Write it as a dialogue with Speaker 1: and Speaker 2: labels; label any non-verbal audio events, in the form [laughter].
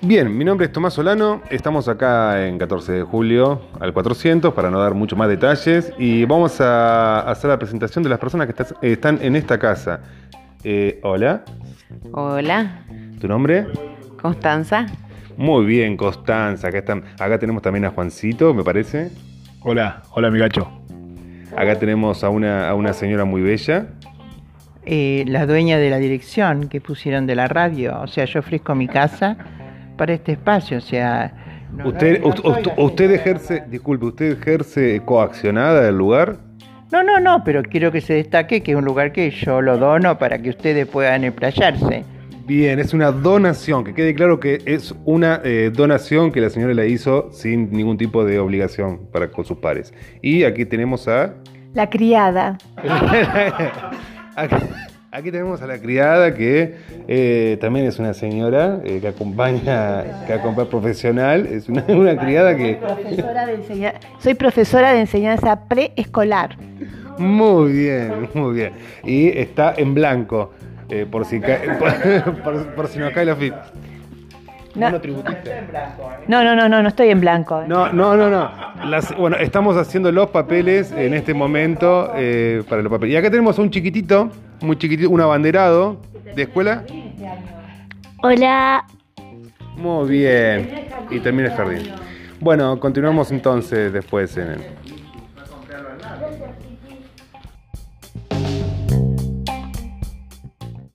Speaker 1: Bien, mi nombre es Tomás Solano, estamos acá en 14 de julio al 400 para no dar mucho más detalles y vamos a hacer la presentación de las personas que estás- eh, están en esta casa. Eh, hola,
Speaker 2: Hola,
Speaker 1: ¿tu nombre?
Speaker 2: Constanza.
Speaker 1: Muy bien, Constanza, acá, están, acá tenemos también a Juancito, me parece.
Speaker 3: Hola, hola mi gacho.
Speaker 1: Acá tenemos a una, a una señora muy bella.
Speaker 4: eh, la dueña de la dirección que pusieron de la radio. O sea, yo ofrezco mi casa para este espacio. O sea, no-
Speaker 1: usted,
Speaker 4: no- no
Speaker 1: u-
Speaker 4: soy
Speaker 1: u-
Speaker 4: la
Speaker 1: usted
Speaker 4: señora de
Speaker 1: ejerce,
Speaker 4: la radio.
Speaker 1: disculpe, usted ejerce coaccionada del lugar.
Speaker 4: No, no, no, pero quiero que se destaque que es un lugar que yo lo dono para que ustedes puedan explayarse.
Speaker 1: Bien, es una donación, que quede claro que es una eh, donación que la señora la hizo sin ningún tipo de obligación para con sus pares. Y aquí tenemos a... [laughs]
Speaker 5: La criada.
Speaker 1: aquí, aquí tenemos a la criada que eh, también es una señora eh, que acompaña, que acompaña profesional, es una, una criada que...
Speaker 5: Profesora de enseña- Soy profesora de enseñanza preescolar.
Speaker 1: Muy bien, muy bien. Y está en blanco, eh, por, si cae- por, [laughs] por- por si nos cae la ficha.
Speaker 5: No, no, no, no, no, no estoy en blanco. ¿eh?
Speaker 1: No, no, no, no. Las- bueno, estamos haciendo los papeles en este momento eh, para los papeles. Y acá tenemos a un chiquitito, muy chiquitito, un abanderado de escuela.
Speaker 6: Hola,
Speaker 1: Muy bien. Y también el jardín. Bueno, continuamos entonces después en el-